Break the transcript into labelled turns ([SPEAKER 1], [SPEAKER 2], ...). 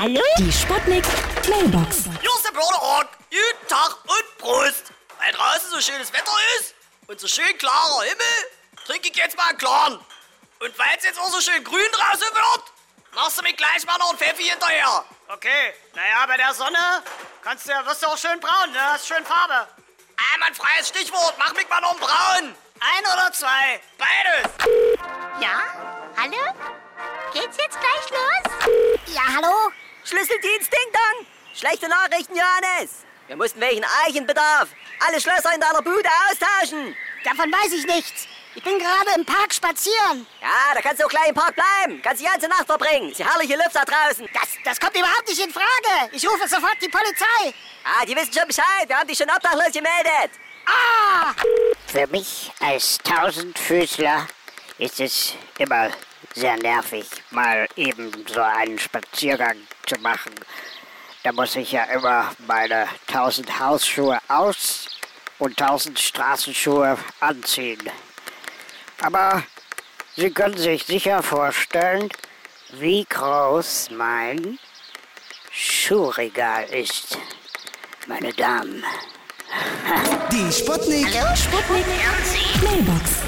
[SPEAKER 1] Hallo?
[SPEAKER 2] Die Sputnik Mailbox.
[SPEAKER 3] Hier ist der Börderhaken. Jeden Tag und Prost. Weil draußen so schönes Wetter ist und so schön klarer Himmel, trinke ich jetzt mal einen klaren. Und weil es jetzt auch so schön grün draußen wird, machst du mir gleich mal noch einen Pfeffi hinterher.
[SPEAKER 4] Okay, naja, bei der Sonne kannst du ja, wirst du auch schön braun, ne? Hast schön Farbe.
[SPEAKER 3] Ah, mein freies Stichwort. Mach mich mal noch einen braun.
[SPEAKER 4] Ein oder zwei?
[SPEAKER 3] Beides.
[SPEAKER 1] Ja? Hallo? Geht's jetzt gleich los? Ja, hallo?
[SPEAKER 5] Schlüsseldienst Ding Dong! Schlechte Nachrichten, Johannes! Wir mussten welchen Eichenbedarf? Alle Schlösser in deiner Bude austauschen!
[SPEAKER 1] Davon weiß ich nichts. Ich bin gerade im Park spazieren.
[SPEAKER 5] Ja, da kannst du auch gleich im Park bleiben. Kannst die ganze Nacht verbringen. Ist ja herrliche Luft da draußen.
[SPEAKER 1] Das, das kommt überhaupt nicht in Frage. Ich rufe sofort die Polizei.
[SPEAKER 5] Ah, die wissen schon Bescheid. Wir haben dich schon obdachlos gemeldet.
[SPEAKER 1] Ah!
[SPEAKER 6] Für mich als Tausendfüßler ist es immer sehr nervig, mal eben so einen Spaziergang zu machen. Da muss ich ja immer meine tausend Hausschuhe aus und tausend Straßenschuhe anziehen. Aber Sie können sich sicher vorstellen, wie groß mein Schuhregal ist, meine Damen.
[SPEAKER 7] Die Sputnik.
[SPEAKER 2] Sputnik Mailbox.